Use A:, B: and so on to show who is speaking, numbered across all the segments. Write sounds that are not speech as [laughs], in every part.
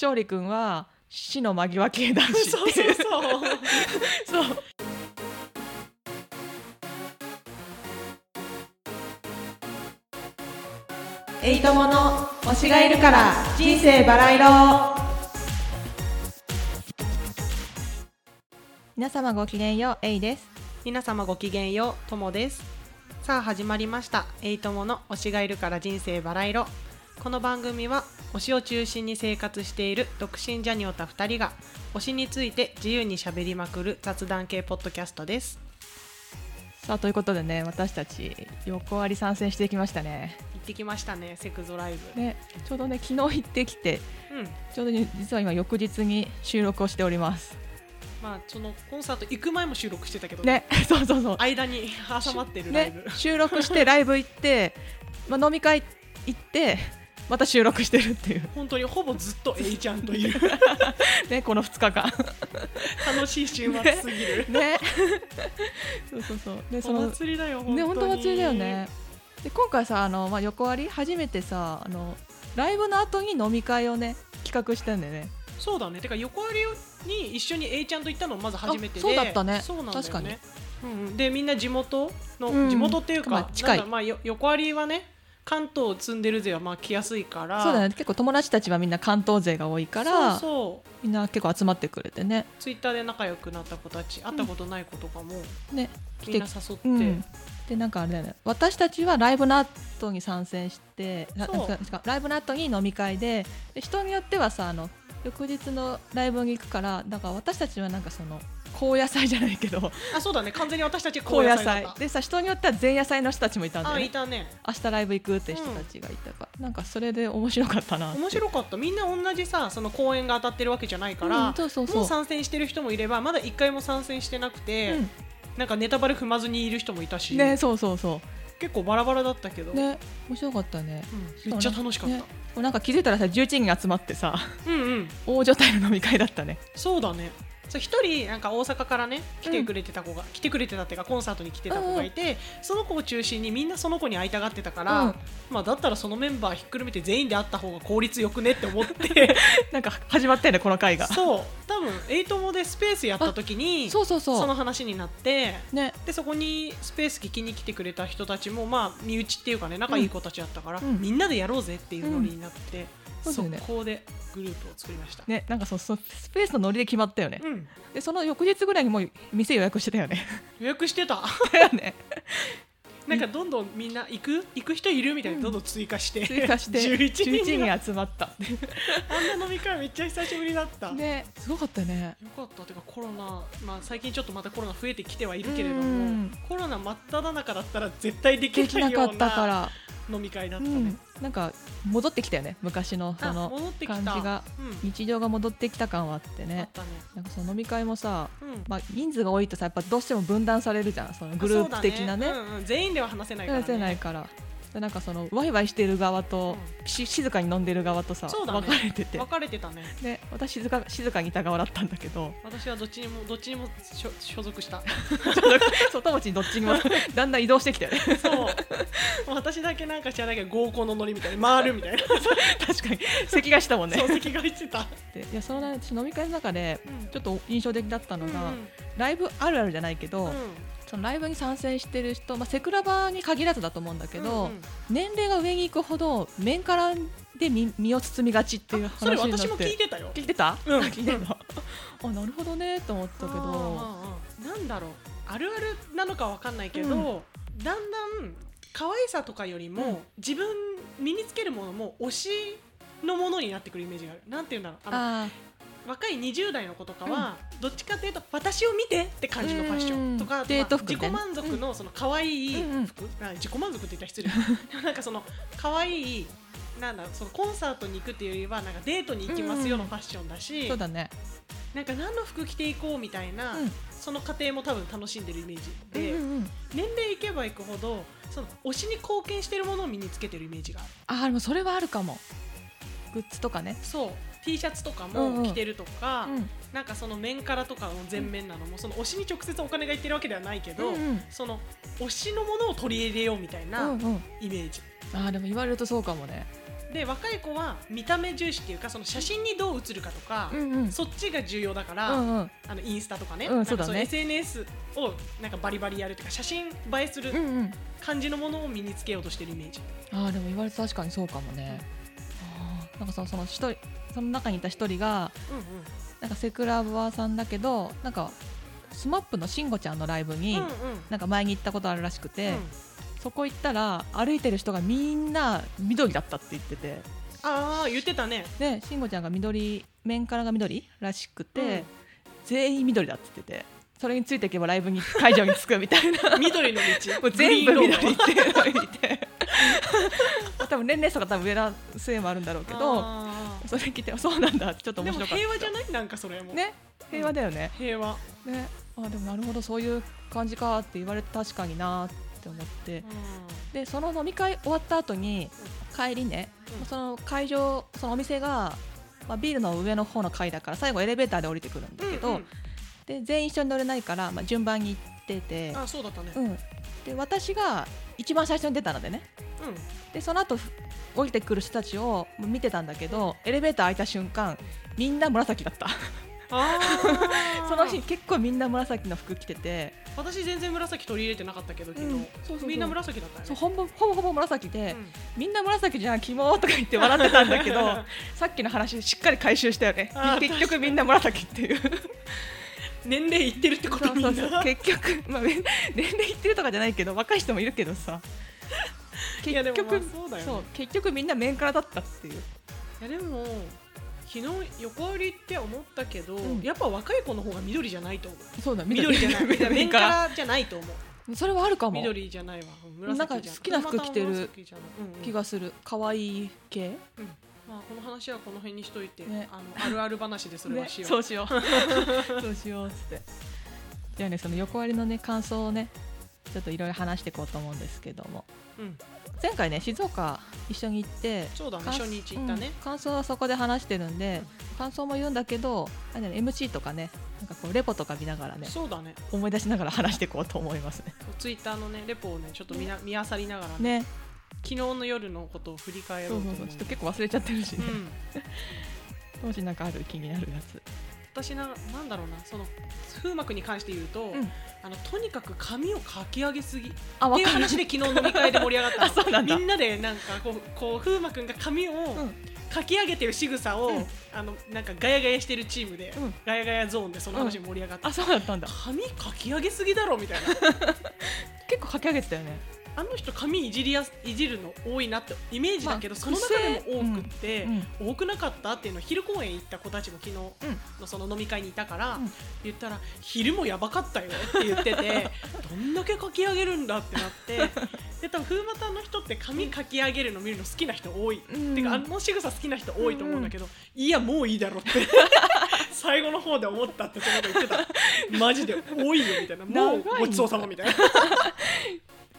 A: 調理くんは死の間際系男 [laughs] 子
B: そう
A: って
B: そ
A: いう
B: うそう
A: そう
B: エイトモの推しがいるから人生バラ色
A: 皆様ごきげんようエイです
B: 皆様ごきげんようともですさあ始まりましたエイトモの推しがいるから人生バラ色この番組は推しを中心に生活している独身ジャニオタ2人が推しについて自由にしゃべりまくる雑談系ポッドキャストです
A: さあということでね私たち横割り参戦してきましたね
B: 行ってきましたねセクゾライブ、
A: ねちょうどね昨日行ってきて
B: うん
A: ちょうどね実は今翌日に収録をしております
B: まあそのコンサート行く前も収録してたけど、
A: ね [laughs] そうそうそう
B: 間に挟まってるライブ、
A: ね、収録してライブ行って、まあ、飲み会行ってまた収録してるっていう、
B: 本当にほぼずっとエイちゃんという
A: ね、この2日間
B: 楽しい週末すぎる、
A: ね [laughs] そうそうそうでそ
B: お
A: の
B: 祭りだよ本当に
A: ね本当祭りだよねで今回さあの、まあ、横割り初めてさあのライブの後に飲み会をね企画したんだよね
B: そうだねてか横寄りに一緒に A ちゃんと行ったのもまず初めてで
A: あそうだったね
B: そうなんだよね
A: 確かに
B: うんうん、でみんな地元の、
A: うん
B: 地元っていう
A: ま
B: か
A: あ近い
B: なんだまあよ横寄りはね関東積んでる勢はまあ来やすいから
A: そうだね結構友達たちはみんな関東勢が多いから
B: そうそう
A: みんな結構集まってくれてね
B: ツイッターで仲良くなった子たち会ったことない子とかも、
A: ね
B: みんな誘っ
A: う
B: て、
A: ん、でなんかあれだよね私たちはライブの後に参戦してな
B: そう
A: なんかライブの後に飲み会でで人によってはさあの翌日のライブに行くからだから私たちはなんかその高野菜じゃないけど
B: [laughs] あそうだね完全に私たち
A: 高
B: 高
A: 野
B: 野
A: 菜
B: 菜だった
A: でさ人によっては前夜祭の人たちもいたんだよ
B: あい
A: ね
B: たね
A: 明日ライブ行くって人たちがいたから、なんかそれで面白かったな
B: 面白かったみんな同じさその公演が当たってるわけじゃないから、
A: うんそうそうそう
B: もう参戦してる人もいればまだ一回も参戦してなくて、なんかネタバレ踏まずにいる人もいた
A: う
B: し、
A: ん、ねそうそうそ
B: 結構バラバラだったけど、
A: うね面白かったね
B: うんめっちゃ楽しかった、
A: ねなんか気づいたらさ11人集まってさ
B: うんうん
A: 大所帯の飲み会だったね [laughs]
B: そうだねそう一人なんか大阪からね来てくれてた子が、来てくれてたっていうかコンサートに来てた子がいて、その子を中心にみんなその子に会いたがってたから、
A: うん
B: まあだったらそのメンバーひっくるめて全員で会った方が効率よくねって思って
A: なんか始まったよねこの会が
B: そう多分エイトモでスペースやった時に
A: そうそうそう
B: その話になって
A: ね
B: でそこにスペース聞きに来てくれた人たちもまあ身内っていうかね仲いい子たちだったから、
A: うんうん
B: みんなでやろうぜっていうノリになって、
A: うんそ
B: そう
A: だよね
B: こでグループを作りました、
A: ねなんかそそスペースのノリで決まったよね、
B: うん、
A: でその翌日ぐらいにもう店予約してたよ
B: [laughs]
A: ね
B: 予約してた
A: だよね
B: なんかどんどんみんな行く行く人いるみたいにどんどん追加して、
A: [laughs] 追加
B: [laughs]
A: して
B: 11
A: 11
B: 人が
A: 人集まった
B: あんな飲み会めっちゃ久しぶりだった、
A: ねすごかったね
B: よかったてかコロナ、まあ、最近ちょっとまたコロナ増えてきてはいるけれども、
A: うん
B: コロナ真っ只中だったら絶対でき
A: でき
B: な
A: ない
B: よ
A: か
B: う
A: ったか
B: な
A: ら、
B: 飲み会だっ
A: う
B: たね
A: ん、、なんか戻ってきたよね昔の
B: あ
A: その
B: 戻ってきた
A: 感じが
B: うん
A: 日常が戻ってきた感はあって
B: あっ
A: ね
B: たね
A: なんかその飲み会もさ、
B: うん
A: まあ、人数が多いとさやっぱどうしても分断されるじゃんそのグループ的なね
B: そうだうんうん全員では話せないから、ね、
A: 話せないからでなんかそのワイワイしてる側と、し静かに飲んでる側とさ、
B: そうだね
A: 分かれてて
B: 分かれてたね
A: で私静か静かにいた側だったんだけど
B: 私はどっちにもどっちにも所所属した
A: [laughs] 外持ちにどっち
B: [laughs]
A: にもだんだん移動してきたよね
B: そうもう私だけなんか知らないけど合コンのノリみたいに回る
A: [laughs]
B: みたいな
A: 確か
B: [laughs]
A: に席がしたもんね
B: そう席がしてた、
A: でいやその私飲み会の中でちょっと印象的だったのが、
B: うん
A: ライブあるあるじゃないけど、
B: うん
A: そのライブに参戦してる人、まあ、セクラバに限らずだと思うんだけど、
B: うんうん
A: 年齢が上に行くほど面からで身身を包みがちっていう
B: あそれ
A: 話になって
B: 私も聞いてたよ
A: 聞いてた、
B: うん
A: 聞いてんの [laughs] あなるほどねと思ったけど
B: うんうんうんなんだろうあるあるなのかわかんないけど、だんだん可愛さとかよりも、
A: うん
B: 自分身につけるものも推しのものになってくるイメージがあるなんて言うんだろうあの
A: あ
B: 若い20代の子とかは、どっちかというと私を見てって感じのファッションとか、
A: うんデート服み
B: 自
A: た
B: 己
A: いな
B: 満足のその可愛い
A: うんうん
B: 服、あ自己満足って言ったら失礼 [laughs] でもなんかその可愛いなんだろうそのコンサートに行くっていうよりはなんかデートに行きますよのファッションだし、
A: ーそうだね
B: なんか何の服着ていこうみたいな、
A: うん
B: その過程も多分楽しんでるイメージで、
A: うんうんうん
B: 年齢いけばいくほどその推しに貢献してるものを身につけてるイメージがある
A: あでもそれはあるかもグッズとかね、
B: そう T シャツとか
A: うんう
B: も
A: ん
B: 着てるとか、
A: うん
B: なんかその面からとかの全面なのも、その推しに直接お金がいってるわけではないけど、
A: うんうん
B: その推しのものを取り入れようみたいな
A: うんうん
B: イメージ、
A: あーでも言われるとそうかもね
B: で若い子は見た目重視っていうかその写真にどう写るかとか、
A: うんうん
B: そっちが重要だから、
A: うんうん
B: あのインスタとかね,、
A: うん
B: なんか
A: そうだね
B: そう SNS をなんかバリバリやるというか写真映えす
A: う
B: る
A: んうん
B: 感じのものを身につけようとしてるイメージ、
A: あーでも言われて確かにそうかもね、あーなんかそのその一人その中にいた一人が
B: うんうん
A: なんかセクラバーさんだけどなんかスマップのしんごちゃんのライブに、
B: うんうん
A: なんか前に行ったことあるらしくて、
B: うん
A: そこ行ったら歩いてる人がみんな緑だったって言ってて
B: ああ言ってたね
A: で慎吾ちゃんが緑面からが緑らしくて、
B: うん
A: 全員緑だって言っててそれについていけばライブに会場に着くみたい
B: [laughs]
A: な
B: 緑の道
A: [laughs] もう全部
B: グリ
A: 緑
B: ーンロード
A: っていうのを見て [laughs] 多分年齢差が多分上なせいもあるんだろうけど
B: あ
A: それ聞いてそうなんだってちょっと
B: ー
A: 面白か
B: でも
A: った
B: 平和じゃないなんかそれも、
A: ね平和だよね、
B: 平和、
A: ねあでもなるほどそういう感じかって言われて確かになって思って、でその飲み会終わった後に帰りね、
B: うん
A: その会場そのお店が、まあ、ビルの上の方の階だから最後エレベーターで降りてくるんだけど、
B: うんうん
A: で全員一緒に乗れないから、まあ、順番に行ってて、
B: あそうだったね
A: うん、で私が一番最初に出たのでね
B: うん
A: でその後ふ降りてくる人たちを見てたんだけどエレベーター開いた瞬間みんな紫だった
B: あ
A: [laughs]
B: ー
A: その日結構みんな紫の服着てて、
B: 私全然紫取り入れてなかったけど昨日、
A: うんそうそうそう
B: みんな紫だったよね
A: そうほぼほぼほぼ紫で、
B: うん
A: みんな紫じゃんキモーとか言って笑ってたんだけ
B: [laughs]
A: どさっきの話しっかり回収したよね
B: あー
A: 結局みんな紫っていう
B: 年齢いってるってこ
A: そ
B: と
A: う
B: みん
A: そ
B: な
A: うそう [laughs] 結局、まあ、め年齢いってるとかじゃないけど若い人もいるけどさ
B: いや
A: 結
B: でも
A: 局
B: まあそうだよね
A: そう結局みんな面からだったっていう
B: いやでも昨日横売りって思ったけど、
A: うん
B: やっぱ若い子の方が緑じゃないと思う
A: そうだ
B: 緑じゃな
A: [laughs]
B: い
A: 緑
B: 面
A: 面
B: か
A: から
B: らじゃないと思う
A: それはあるかも
B: 緑じゃないわうん
A: なんか
B: 紫じゃ
A: 好きな服着てる
B: たまたま紫じゃないうんうん
A: 気がする可愛い系
B: まあこの話はこの辺にしといて、
A: ね
B: あのあるある話でそれはしよ
A: ね
B: う、
A: そうしよ [laughs] うそうしようっつってじゃあねその横割りのね感想をねちょっといろいろ話していこうと思うんですけども
B: うん
A: 前回ね静岡一緒に行って
B: そうだね
A: 感
B: 初日行ったね
A: うん、感想はそこで話してるんで感想も言うんだけどあれだね MC とかねなんかこうレポとか見ながらね
B: そうだね
A: 思い出しながら話していこうと思いますね。
B: ツイッターのねレポをねちょっと見な見漁りながらね、
A: ね
B: 昨日の夜のことを振り返
A: そ
B: ろう
A: う
B: と
A: そ
B: 思
A: うそう
B: う
A: ちょっと結構忘れちゃってるしね、
B: うん
A: もしなんかある気になるやつ
B: 私ななんだろうなその風膜に関して言うと、
A: ん
B: あのとにかく髪をかき上げすぎ [laughs] って
A: あ
B: いう話で昨日飲み会で盛り上がった
A: あ
B: の
A: そうなんだ
B: みんなでなんかこうこう風磨君が髪を
A: ん
B: かき上げてる仕草を、
A: うん
B: あのなんかガヤガヤしてるチームで、
A: うん
B: ガヤガヤゾーンでその話で盛り上がって、
A: あそうだったんだ
B: 髪かき上げすぎだろみたいな
A: 結構かき上げてたよね
B: あの人髪いじりやすいじるの多いなってイメージだけど、
A: まあ
B: その中でも多くって、
A: うん
B: 多くなかったっていうのを昼公演行った子たちも昨日のその飲み会にいたから、
A: うん
B: 言ったら昼もやばかったよって言ってて
A: [laughs]
B: どんだけかき上げるんだってなってで多分風磨さんの人って髪かき上げるの見るの好きな人多い、
A: うん
B: てかあの仕草好きな人多いと思うんだけど、いやもういいだろって最後の方で思ったってそのこと言
A: [laughs]
B: ってたマジで多いよみたいなもう
A: 長い
B: ご
A: ね
B: ちそうさまみたいな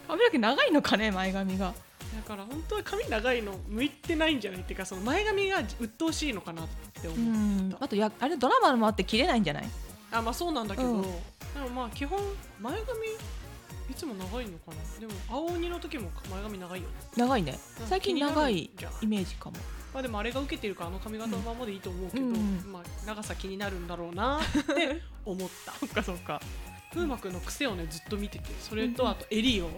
A: 髪の毛長いのかね前髪が
B: だから本当は髪長いの向いてないんじゃないっていうかその前髪が鬱陶しいのかなって思
A: う
B: う、
A: んあとやあれドラマもあって切れないんじゃない
B: あまあそうなんだけど、
A: うん
B: でもまあ基本前髪いつも長いのかなでも青鬼の時も前髪長いよね
A: 長いね
B: うん
A: 最近長い
B: 気になるんじゃない
A: イメージかも
B: まあでもあれが受けてるからあの髪型のままでいいと思うけど、
A: うんうん
B: まあ長さ気になるんだろうなって思った
A: [laughs] そっかそっか
B: 風磨君の癖をねずっと見ててそれ
A: うん
B: と
A: うん
B: あと襟を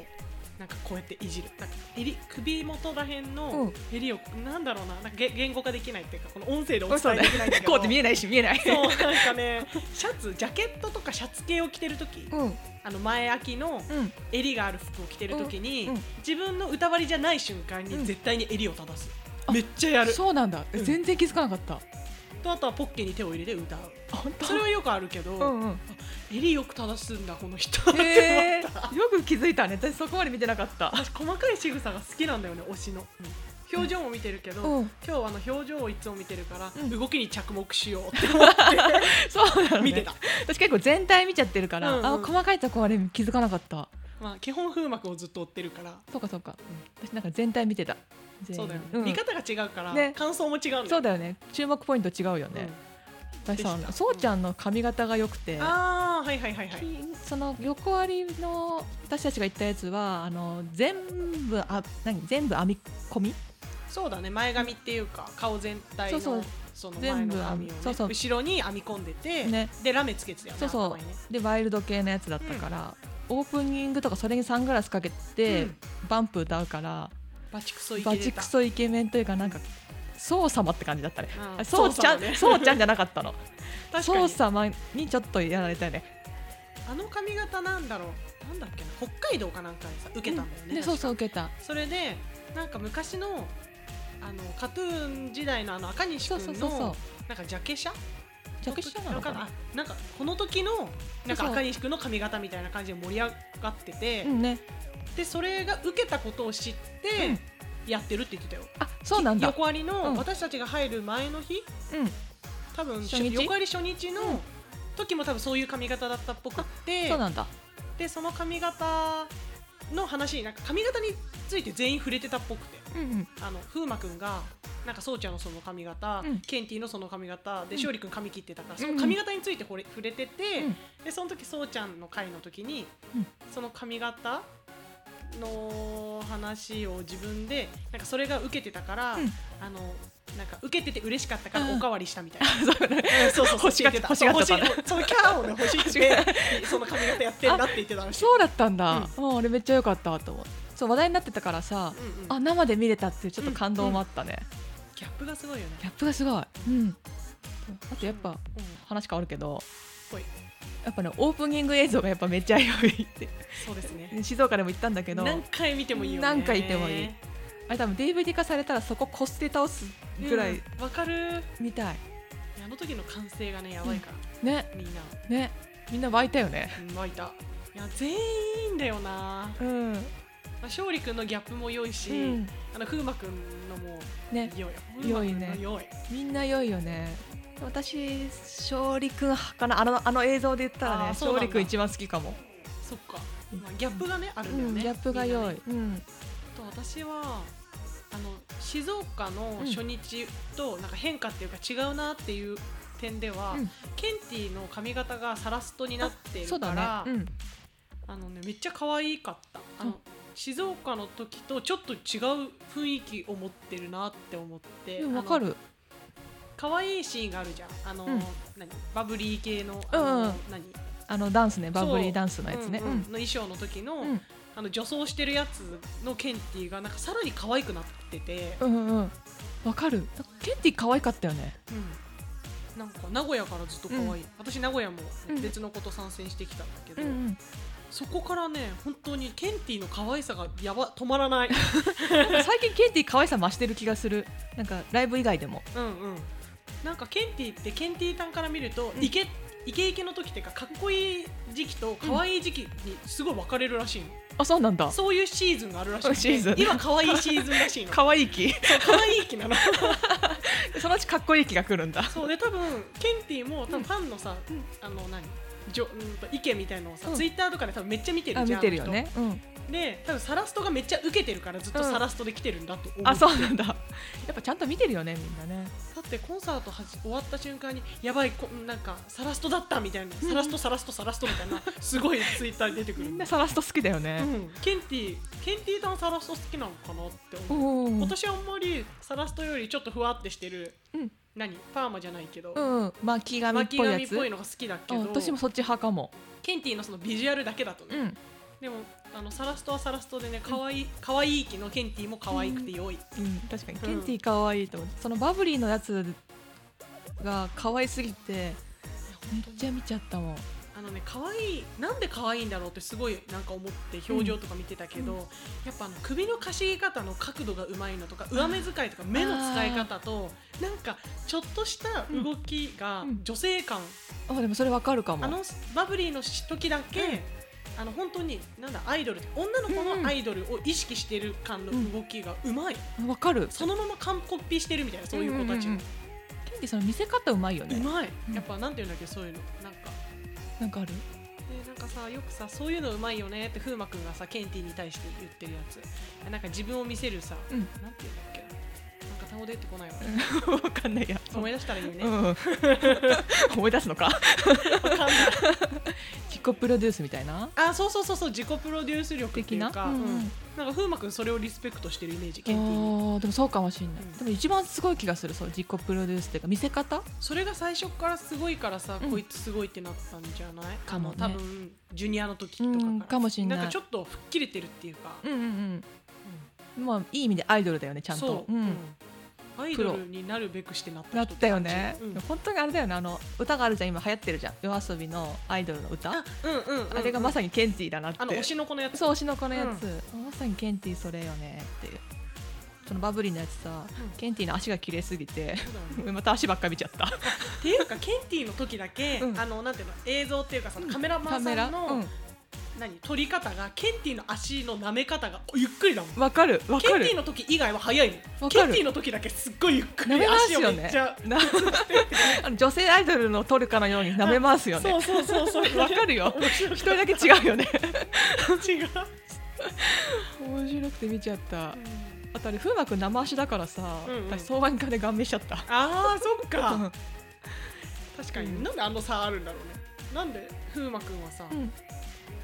B: なんかこうやっていじるなんか襟首元らへん
A: う
B: の
A: ん
B: 襟を、なんだろうななんかげ言語化できないっていうかこの音声でお
A: そうだ
B: 伝えで
A: ね
B: きないんだけど
A: こうって見えないし見えない
B: そうなんかねシャツジャケットとかシャツ系を着てる時、
A: うんうん
B: あの前開きの襟がある服を着てるときに、
A: うんうん
B: 自分の歌割りじゃない瞬間
A: うん
B: に絶対に襟を正す、
A: あ
B: めっちゃやる
A: そうなんだ、
B: うん
A: 全然気づかなかった
B: とあとはポッケに手を入れて歌う
A: 本
B: それはよくあるけど、
A: うんうん
B: 襟よく正すんだこの人って
A: へ
B: 思った
A: ーよく気づいたね私そこまで見てなかった
B: [laughs] 私細かい仕草が好きなんだよね推しの、表情も見てるけど、
A: うん
B: 今日はあの表情をいつも見てるから、
A: うん
B: 動きに着目しようって
A: [laughs]
B: 思っ
A: [laughs]
B: て
A: そうなの、ね、
B: 見てた、
A: 私結構全体見ちゃってるから、
B: うんうん
A: あ細かいとこあれ気づかなかった
B: まあ、基本風膜をずっと追ってるから
A: そうかそうか、私なんか全体見てた全員
B: そうだよね、
A: ん
B: 見方が違うから、
A: ね
B: 感想も違うん
A: そう
B: だよ
A: だよね注目ポイント違うよね、私
B: でした
A: さそうちゃんの髪型が良くて、
B: うんああはいはいはいはい
A: その横割りの私たちが行ったやつはあの全部あ何全部編み込み
B: そうだね前髪っていうか顔全体の
A: そうそう
B: その前
A: 全部
B: の髪を、ね、
A: そうそう
B: 後ろに編み込んでて、
A: ね
B: でラメつけてたよね
A: そうそ
B: 頭にね
A: うでワイルド系のやつだったから、オープニングとかそれにサングラスかけて、
B: うん
A: バンプ歌うから
B: バチクソイケ
A: バ
B: てた
A: チクソイケメンというかなんかそう様って感じだったね
B: うん
A: あそうちゃん
B: そう様ね
A: そうちゃんじゃなかったの
B: 確か
A: そう
B: に
A: 様にちょっとやられたよね
B: あの髪型なんだろうなんだっけな北海道かなんかでさ受けたんだよ
A: で
B: ね、確か
A: そうそう受けた
B: それでなんか昔のあのカトゥーン時代のあの赤西
A: そう
B: 君の
A: そうそうそう
B: なんかジャケ写
A: ジャケシャなのかな
B: わんいなんかこの時の
A: そ
B: なん
A: う
B: か
A: そう
B: 赤西君の髪型みたいな感じで盛り上がってて
A: うんね
B: でそれが受けたことを知ってやってるって言ってたよ、
A: あそうなんだ
B: 横ありの、
A: うん
B: 私たちが入る前の日
A: うん
B: 多分
A: 初日
B: 横あり初日の、
A: うん
B: 時も多分そういう髪型だったっぽくって
A: そうなんだ
B: でその髪型の話になんか髪型について全員触れてたっぽくて
A: うんうん
B: あの風磨くんがなんかそうちゃんのその髪型、
A: うん
B: ケンティのその髪型
A: う
B: で
A: ん
B: 勝利くん髪切ってたから、
A: うん
B: その髪型についてこれ触れてて、
A: うん
B: でその時そうちゃんの会の時に、
A: うん
B: その髪型の話を自分でなんかそれが受けてたから、
A: うん
B: あのなんか受けてて嬉しかったか
A: う
B: ら
A: ん
B: おかわりしたみたいな。
A: [laughs] そうだね
B: うんそうそうそう
A: 欲しがっ
B: 言て
A: 欲しがっちゃった
B: そう欲しいそのキャーをね欲しい
A: [laughs]
B: ってその髪型やってんだって言ってたらしい
A: そうだったんだ、
B: う
A: もう俺めっちゃ良かったと思うそう話題になってたからさ、
B: うんうん
A: あ生で見れたっていうちょっと感動もあったね、
B: ギャップがすごいよね
A: ギャップがすごいうんあとやっぱ
B: うん
A: 話変わるけど
B: ほい
A: やっぱねオープニング映像がやっぱめっちゃ良いって
B: そうですね
A: 静岡でも言ったんだけど
B: 何回見てもいいよね
A: 何回見てもいいあれ多分 DVD 化されたらそここすって倒すぐら
B: う
A: い
B: んわ、かる
A: 見たい、
B: いやあの時の歓声がねやばいから、
A: ね
B: みんな
A: ねみんな湧いたよね
B: うん湧いたいや全員いいんだよな、ま
A: うん、
B: あ、勝利君のギャップも良いし、
A: うん、
B: あの風磨君のも
A: ね
B: 良いよ
A: 良いね
B: 風磨君の良い
A: みんな良いよね私勝利くんかなあのあの映像で言ったらね
B: あーそう
A: 勝
B: なんだ
A: 利くん一番好きかも、
B: そっか、まあ、ギャップがねある
A: うん
B: だよ
A: ん、
B: ね、
A: ギャップが良い、
B: みんな
A: うん
B: ねあと私はあの静岡の初日となんか変化っていうか違うなっていう点では、
A: うん
B: ケンティの髪型がサラストになって
A: そ
B: る
A: う
B: か
A: だね
B: ら、
A: うん
B: あのねめっちゃ可愛かったあの、
A: うん
B: 静岡の時とちょっと違う雰囲気を持ってるなって思って
A: でも分か
B: あの
A: る
B: 可愛いシーンがあるじゃんあの、
A: うん
B: 何バブリー系の
A: う
B: あ
A: んう
B: の
A: ん、
B: 何
A: あのダンスねバブリーダンスのやつね
B: うんうんの衣装の時の,、
A: うん
B: あの女装してるやつのケンティがなんかさらに可愛くなってて、
A: うんうんうんわかるなんかケンティ可愛かったよね
B: うんなんか名古屋からずっと可愛い、私名古屋も
A: うん
B: 別のこと参戦してきたんだけど、
A: ん
B: そこからね本当にケンティの可愛さがやば止ま
A: [laughs]
B: らない
A: なんか最近ケンティ可愛さ増してる気がするなんかライブ以外でも
B: うんうんなんかケンティってケンティさんから見ると、
A: うん
B: イケイケイケの時っていうかかっこいい時期と可愛い時期にすごい分かれるらしいの、
A: あそうなんだ
B: そういうシーズンがあるらしい
A: [laughs]
B: の
A: シーズン
B: 今可愛いシーズンらしい
A: [laughs]
B: の
A: 可愛い気
B: 可愛い期なの
A: そのうちかっこいい気が来るんだ
B: [laughs] そうで多分ケンティも多
A: うん
B: 分ファンのさ、
A: うん
B: あの何じょうんと意見みたいのをさ、
A: うん
B: ツイッターとかで多分めっちゃ見て
A: あ
B: るじ
A: 見
B: ゃん
A: てるよねうん
B: 人で多分サラストがめっちゃ受けてるからずっと
A: うん
B: サラストで来てるんだと思う、
A: あそうなんだやっぱちゃんと見てるよねみんなね
B: だってコンサートはじ終わった瞬間にやばいこなんかサラストだったみたいな
A: うん
B: サラストサラストサラストみたいなすごいツイッターに出てくる
A: みんなサラスト好きだよね
B: うん、ケンティケンティさんサラスト好きなのかなって思う、
A: おー
B: 私あんまりサラストよりちょっとふわってしてる、
A: うん
B: 何パーマじゃないけど、
A: うん巻き髪っ
B: 巻き
A: ぽいや
B: 髪っ
A: つ
B: ぽいのが好きだけ
A: あ
B: ど
A: 私もそっち派かも
B: ケンティのそのビジュアルだけだとね、
A: うん
B: でもあのサラストはサラストでね可愛い可愛い気のケンティも可愛くて良い、
A: うん確かにケンティ可愛いと思ってそのバブリーのやつが可愛すぎてめっちゃ見ちゃったもん
B: あのね可愛いなんで可愛いんだろうってすごいなんか思って表情とか見てたけど、
A: うん
B: やっぱあの首のかし方の角度がうまいのとか上目遣いとか目の使い方となんかちょっとした動きが
A: うん
B: 女性感、
A: あでもそれわかるかも
B: あのバブリーの時だけ、あの本当になんだアイドルって女の子のアイドルを意識してる感の動きがうまい、
A: わかる
B: そのまま完コピーしてるみたいなそういう子たち
A: んん
B: の
A: んケンティその見せ方うまいよ
B: う
A: ね
B: まい、
A: うん
B: やっぱなんていうんだっけそういうのなんか
A: なんかある
B: でなんかさよくさそういうのうまいよねって風磨くんがさケンティに対して言ってるやつなんか自分を見せるさ、
A: うん
B: なんていうんだっけななんか顔出てこないわ、
A: [laughs] わかんないや
B: 思い出したらいいよね、
A: うん、思い出すのか
B: わかんない
A: 自己己プロデュースみたいな
B: あそうそうそうそう自己プロデュース力ってい
A: 的な
B: うか、
A: うんうん
B: うんなんか風磨君それをリスペクトしてるイメージケンティーに
A: おーでもそうかもしれない、
B: うん
A: でも一番すごい気がするそう自己プロデュースっていうか見せ方
B: それが最初からすごいからさ、
A: うん
B: こいつすごいってなったんじゃない
A: かもね
B: 多分ジュニアの時とかから,、
A: うんかもしんない
B: んかちょっと吹っ切れてるっていうか、
A: うんうんうんまあいい意味でアイドルだよねちゃんと
B: そう、
A: ん
B: うんアイド
A: プロ
B: ルになるべくしてなった人
A: なったよね、
B: うん
A: 本当にあれだよねあの歌があるじゃん今流行ってるじゃん夜遊びのアイドルの歌あ
B: あうんうんうんうん
A: れがまさにケンティーだなって
B: あの推しの子のやつ
A: そう推しの子のやつ、まさにケンティーそれよねっていうそのバブリーのやつさ、
B: うん
A: ケンティーの足が綺麗すぎて [laughs]
B: そうだよね
A: また足ばっか見ちゃった
B: っていうかケンティーの時だけ、
A: うん
B: あのなんていうの映像っていうかさカメラマ
A: カ
B: ンさ
A: メラ
B: ん
A: う
B: の、
A: ん
B: 何撮り方がケンティーの足の舐め方がゆっくりだもん
A: わかるわ
B: ケ
A: か
B: ン
A: る
B: ティーの時以外は早いもん
A: わ
B: ケ
A: か
B: ン
A: る
B: ティーの時だけすっごいゆっく
A: 舐
B: り
A: めます
B: 足
A: よ
B: を
A: ね
B: めっちゃ、
A: な [laughs] あの女性アイドルの撮るかのように舐めますよ
B: そ
A: ね
B: うそうそうそう
A: わかるよ
B: 面白い
A: 一人だけ違うよね
B: 違う
A: 面白くて見ちゃったあとあれ風磨くん生足だからさ、
B: うんうん
A: 私双眼鏡で顔面しちゃった
B: あーそっ
A: うん
B: か確か
A: う
B: に
A: ん
B: なんであの差あるんだろうねなんで風磨くんはさ、
A: うん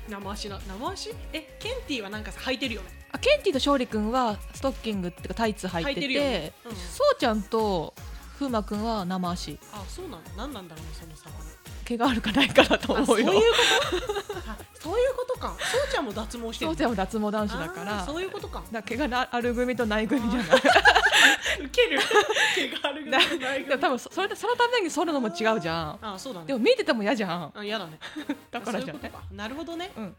B: 生足な生足えケンティーはなんかさ履いてるよね
A: あケンティと勝利君はストッキングっていうかタイツ履いて
B: 履いて
A: て
B: るよねうん
A: そうちゃんと風磨君は生足
B: あそうなの何なんだろうねその差はね
A: 毛があるかないかだと
B: あ
A: 思
B: そう
A: う
B: いう
A: よ
B: ことあそういうことかそうちゃんも脱毛して
A: そ
B: る
A: うちゃんも脱毛男子だか
B: あ
A: ら
B: ーそういうこ
A: [laughs]
B: とか
A: だから毛がなある組とない組じゃない
B: ウケる毛があるぐらいないぐ
A: でも
B: らい
A: 多分そそれでそのために剃るのも違うじゃん
B: あそうだね
A: でも見えてても嫌じゃん
B: あ嫌だね
A: だからじゃ
B: そういう
A: ね
B: ことかなるほどね
A: うん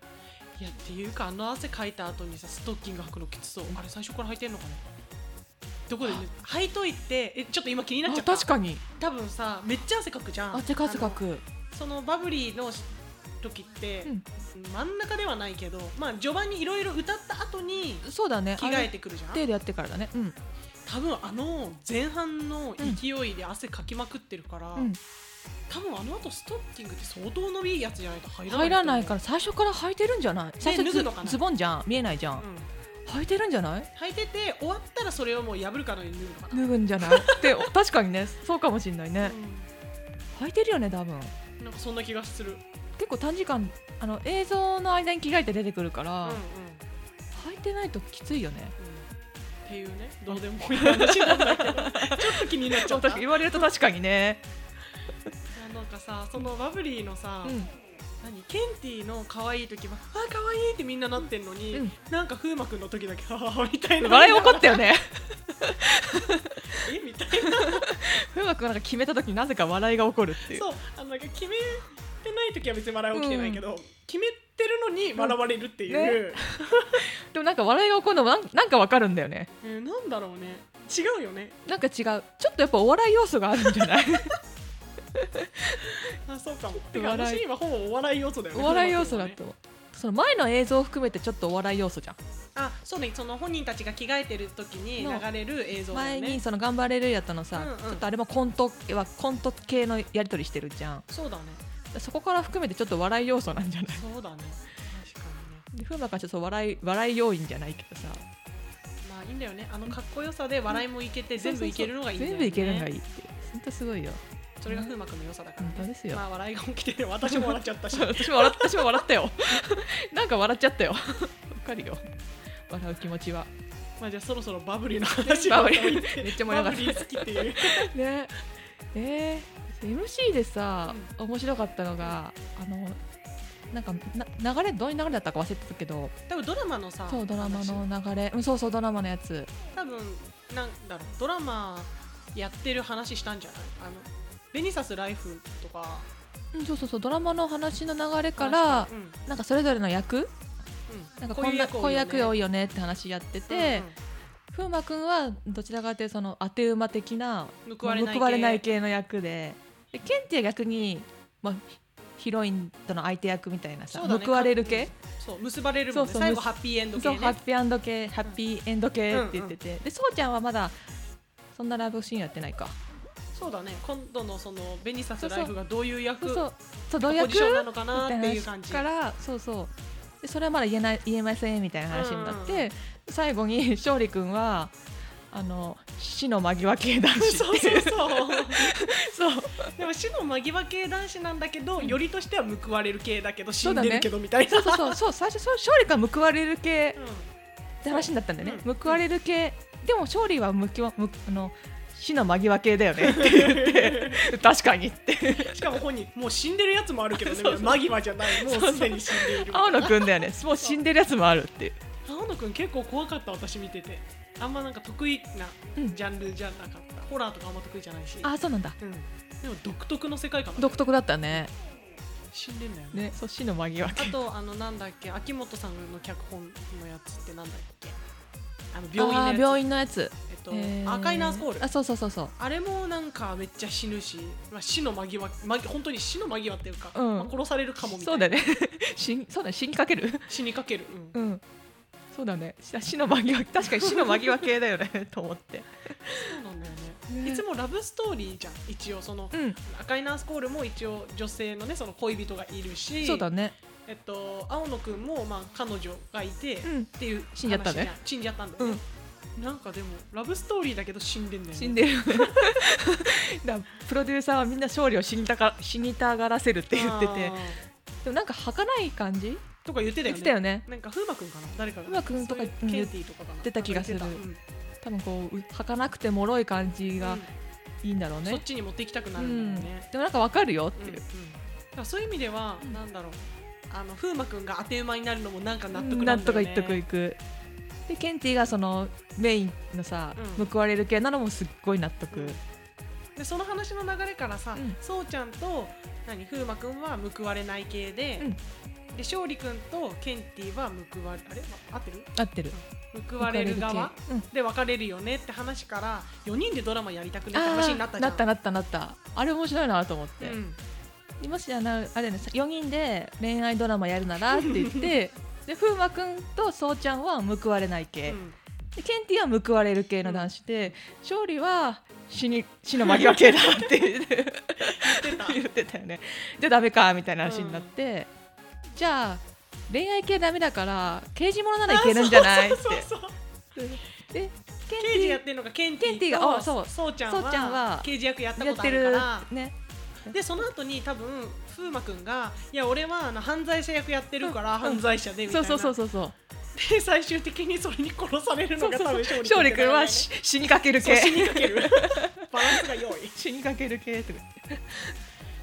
B: いやっていうかあの汗かいた後にさストッキング履くのきつそうあれ最初から履いてんのかねどこで、ね、履いといてえちょっと今気になっちゃ
A: あ
B: った
A: 確かに
B: 多分さめっちゃ汗かくじゃん
A: 汗か汗か
B: あ
A: く
B: のそのバブリーの時って、
A: うん
B: 真ん中ではないけどまあ序盤にいろいろ歌った後に
A: そうだね
B: 着替えてくるじゃ
A: あ
B: ん
A: れ程度やってからだねうん
B: 多分あの前半の勢いで汗かきまくってるから、
A: うん
B: 多分あの後ストッキングって相当伸びいいやつじゃないと入らない、
A: 入らないからら最初から履いてるんじゃない最初
B: 脱ぐのかな
A: ズボンじゃん見えないじゃん
B: うん
A: 履いてるんじゃない
B: 履いてて終わったらそれをもう破るかのように脱ぐのかな、
A: 脱ぐんじゃないって [laughs] 確かにねそうかもしんないね履いてるよね多分
B: うんなんかそんな気がする、
A: 結構短時間あの映像の間に着替えて出てくるから、
B: うんうんうん
A: 履いてないときついよね
B: っていうねどうでもいい話なんだ
A: [laughs]
B: けどちょっと気になっちゃった
A: 確か言われると確かにね、
B: いやなんかさそのバブリーのさ、
A: うん、
B: 何ケンティの可愛い時はあ可愛いってみんななってんのに、
A: うん
B: なんか風磨くんの時だけはははみたいな
A: 笑い起こったよね
B: えみたいな
A: [laughs] 風磨君なんか決めた時になぜか笑いが起こるっていう
B: そうあのなんか決めてない時は別に笑い起きてないけど、決めてるのに笑われるっていう、
A: ねでもなんか笑いが起こるのもなんなんかわかるんだよね
B: えーなんだろうね違うよね
A: なんか違うちょっとやっぱお笑い要素があるんじゃない [laughs]
B: あそうかも
A: と
B: てか
A: 笑い
B: 私今ほぼお笑い要素だよね
A: お笑い要素だ
B: ね
A: とその前の映像を含めてちょっとお笑い要素じゃん
B: あそうねその本人たちが着替えてる時に
A: の
B: 流れる映像だ
A: 前
B: よ
A: に
B: ね
A: その「頑張れる」やったのさ、
B: うんうん
A: ちょっとあれもコントはコント系のやり取りしてるじゃん
B: そうだね
A: そこから含めてちょっと笑い要素なんじゃ
B: [laughs]
A: ない
B: そうだね確かにね
A: で風磨君はちょっと笑い笑い要因じゃないけどさ
B: まあいいんだよねあのかっこよさで笑いもいけて全部いけるのがいいんだよ
A: 全
B: ね
A: 部いけるのがいいって本当すごいよ
B: それが風磨君の良さだから
A: 本当
B: ね
A: ですよ、
B: まあ笑いが起きてて私も笑っちゃったし
A: 私も笑っ私も笑ったよ [laughs] なんか笑っちゃったよわかるよ笑う気持ちは
B: まあじゃあそろそろバブリーの話
A: [laughs] バブリ
B: リ
A: ー
B: ー [laughs]
A: めっちゃ盛り上が
B: バ
A: っ
B: ブリー好きっていう
A: たねえー、MC でさ、面白かったのがあのなんかな流れどういう流れだったか忘れてたけど
B: 多分ドラマのさ
A: そうドラマ
B: 話
A: の流れ、うん、そうそうドラマのやつ
B: 多分なんだろうドラマやってる話したんじゃないあのベニサスライフとか
A: うんそうそうそうドラマの話の流れから
B: 話したうん
A: なんかそれぞれの役
B: う
A: なんかこんなこういう役多いよねって話やってて、風磨くんはどちらかというとその当て馬的な
B: うんうん報われない系
A: 系の役ででケンティは逆に、まあ、ヒヒロインとの相手役みたいなさ、
B: そうだね
A: 報われる系、
B: そう結ばれるもんね
A: そうそう
B: 最後ハッピーエンド系
A: そう
B: ね
A: ハッピーエンド系ハッピーエンド系って言ってて、でそうちゃんはまだそんなライブシーンやってないか
B: そうだね今度のそのベニサス
A: そうそう
B: ライフがどういう役
A: そうそうそうどういう
B: ポ
A: 役
B: ジションなのか
A: み
B: なって
A: たい
B: いう
A: な
B: 感
A: 話
B: じ
A: からそうそうでそれはまだ言えない言えませんみたいな話になって、最後に勝利君はあの死の間際系男子って
B: [laughs] [laughs] そうそうそう
A: [laughs] そう
B: でも死の間際系男子なんだけど、よりとしては報われる系だけど死
A: そうんだ
B: で
A: ね
B: るけどみたいな
A: そうそうそうそう最初そう勝利から報われる系
B: うん
A: って話だったんだよね、
B: うん
A: 報われる系でも勝利は向きわむあの死の間際系だよ
B: [laughs]
A: ねって言って確かにって
B: しかも本人もう死んでるやつもあるけどね
A: そうそう
B: 間際じゃないもうすでに死んでいる
A: 青野くんだよねもう死んでるやつもあるっていう
B: 青野くん結構怖かった私見ててあんまなんか得意な
A: うん
B: ジャンルじゃなかった、ホラーとかあんま得意じゃないし
A: あそうなんだ
B: うん、でも独特の世界観だね
A: 独特だったね
B: 死んでんだよね
A: ねそう死の間際系
B: あとあのなんだっけ秋元さんの脚本のやつってなんだっけあの病院の
A: あー
B: やつ
A: 病院のやつ、
B: えっと、
A: えー
B: 赤いナースコール
A: あそうそうそうそう
B: あれもなんかめっちゃ死ぬし、まあ、死の間際、ま、本当に死の間際っていうか、
A: うん
B: まあ殺されるかもみた
A: そう
B: い
A: だ
B: な、
A: ね [laughs] 死にそうだね死にかける
B: 死にかける、うん
A: うんそうだね死死の間際確かに死の間際系だよね [laughs] と思って
B: そうなんだよね
A: ね
B: いつもラブストーリーじゃん一応その、
A: うん
B: 赤いナースコールも一応女性のねその恋人がいるし
A: そうだね
B: えっと、青野くんも、まあ、彼女がいて、っ
A: うん
B: ていう
A: 死んじゃったね
B: 話じ死んじゃったんだよね、なんかでもラブストーリーだけど死んでんだよね
A: 死んでる [laughs] だからプロデューサーはみんな勝利を死にたが死にたがらせるって言ってて
B: あー
A: でもなんか儚い感じ
B: とか言って
A: 言
B: たよ
A: っ
B: ね
A: てたよね
B: なんか風磨くんかな誰かが
A: 風磨くんとか
B: そういうケンティーとかかな
A: 言ってた気がする
B: なんか言って
A: 多
B: た
A: 分こうう儚くて脆い感じ
B: うん
A: がいいんだろう
B: そっ
A: ね、
B: ちに持っていきたくな
A: う
B: る
A: ん
B: んだよね、
A: でもなんかわかるよっ
B: うん
A: て
B: うん
A: いう、
B: だからそういう意味では、
A: うん
B: なんだろうあの風磨くんが当て馬になるのもなんか納得
A: な
B: な
A: んん
B: だ
A: と
B: よ
A: か
B: ね
A: 言っとくいくでケンティがそのメインのさ、
B: うん
A: 報われる系なのもすっごい納得、
B: うんでその話の流れからさ、
A: うん
B: そうちゃんと何風磨くんは報われない系で、
A: うん
B: で勝利くんとケンティは報われあれ合ってる
A: 合ってる
B: 報われる側
A: 系うん
B: で別れるよねって話から4人でドラマやりたくねって
A: あ
B: 話
A: ー
B: になったじゃ
A: なんったなったなったあれ面白いなと思って、
B: うん
A: もしあのあれね4人で恋愛ドラマやるならって言ってで風磨くんとそうちゃんは報われない系、
B: うん
A: でケンティは報われる系の男子で、勝利は死に死の間際系だって言って
B: 言ってた
A: [laughs] 言ってたよねじゃあダメかみたいな話になって、じゃあ恋愛系ダメだから刑事ものならいけるんじゃないっ
B: そ
A: て
B: うそうそうそう
A: で
B: 刑事
A: ケ
B: や
A: ン
B: ってるのがケン
A: ケンテ
B: テ
A: ィ
B: ィ
A: が
B: と
A: あそう
B: そうちゃん
A: そうちゃん
B: は
A: は
B: 刑事役やっ
A: ティ
B: た
A: や
B: こ
A: っ
B: と
A: て
B: ある
A: る
B: から
A: ね
B: でその後に多分風磨くんがいや俺はあの犯罪者役やってるから
A: うん
B: 犯罪者でみた
A: そ
B: いうな
A: そうそうそうそう
B: で最終的にそれに殺される
A: そ
B: の
A: う
B: が
A: そう
B: 多
A: そう勝
B: 分勝
A: 利
B: 利
A: 君
B: 君
A: は
B: は
A: 死死にかける
B: そう死
A: 系
B: にか
A: [laughs]
B: けるバランスが良い
A: 死にかける系とか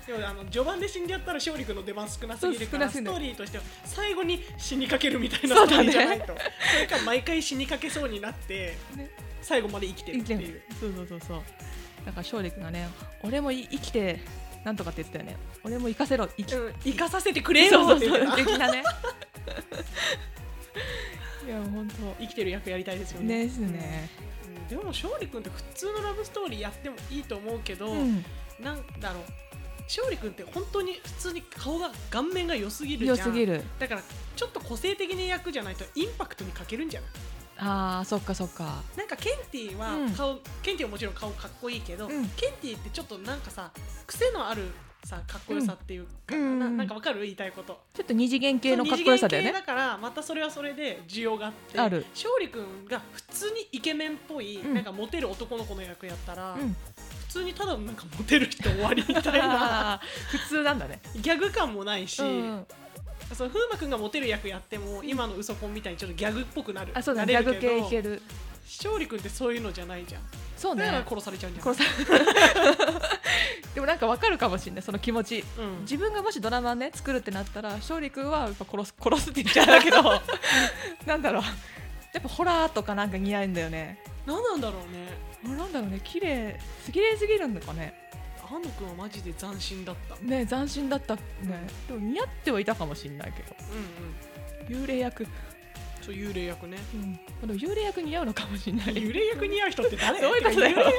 B: でもあの序盤で死んじゃったら勝利君の出番少なすぎるから
A: そう少なす
B: スト
A: ぎる
B: ーリーとしては最後に死にかけるみたいな
A: そ
B: ス
A: う
B: ト
A: だ
B: ー
A: ね
B: リーじゃないとそ,、れか毎回死にかけそうになって
A: ね
B: 最後まで生きてるっていう
A: そうそうそうそうだから勝利君がね俺もい生きてなんとかって言ってたよね俺も生かせろ生き、
B: うん生かさせてくれよ
A: そうそ
B: って
A: う
B: 言って
A: そう的
B: た
A: なねいやもう本当
B: [laughs] 生きてる役やりたいですよね
A: ですね、
B: うんでも勝利君って普通のラブストーリーやってもいいと思うけど、
A: うん、
B: なんだろう勝利君って本当に普通に顔が顔面が良すぎるじ
A: 良
B: ゃ
A: す
B: ん
A: ぎる
B: だからちょっと個性的な役じゃないとインパクトに欠けるんじゃない
A: あーそっかそっか
B: なんかケンティーは
A: うん
B: 顔、ケンティーはもちろん顔かっこいいけど、
A: うん
B: ケンティーってちょっとなんかさ癖のあるさかっこよさっていう
A: う
B: か、
A: ん
B: な
A: うん
B: なんかわかる言いたいこと
A: ちょっと二次元系のかっ
B: そ
A: こよ
B: う二次
A: さ
B: 元
A: だよ
B: 系
A: ね
B: だからまたそれはそれで需要があって
A: ある
B: 勝利君が普通にイケメンっぽい、
A: うん
B: なんかモテる男の子の役やったら、
A: うん
B: 普通にただのなんかモテる人終わりみたい
A: [laughs]
B: な
A: あー普通なんだね
B: ギャグ感もないし、
A: うん
B: その風磨君がモテる役やっても今のウソコンみたいにちょっとギャグっぽくなる
A: あそうだねギ
B: な
A: ャ
B: れ
A: グ
B: るけど
A: 系いける
B: 勝利君ってそういうのじゃないじゃん
A: そう
B: だから
A: ね
B: 殺されちゃうんじゃない
A: 殺さ [laughs] でもなんかわかるかもしれないその気持ち
B: うん
A: 自分がもしドラマね作るってなったら勝利君はやっぱ殺す殺すって言っちゃうんだ [laughs] けどなんだろうやっぱホラーとかなんか似合うんだよね
B: 何なんだろうね
A: あなんだろうね綺麗綺麗すぎるのかね
B: 安野くんはマジで斬新だった
A: ね斬新だったねでも似合ってはいたかもしれないけど
B: うんうん
A: 幽霊役、
B: そう幽霊役ね
A: うん、あでも幽霊役似合うのかもしれない
B: [laughs] 幽霊役似合う人って [laughs] 誰
A: どういうことだよ
B: 幽霊役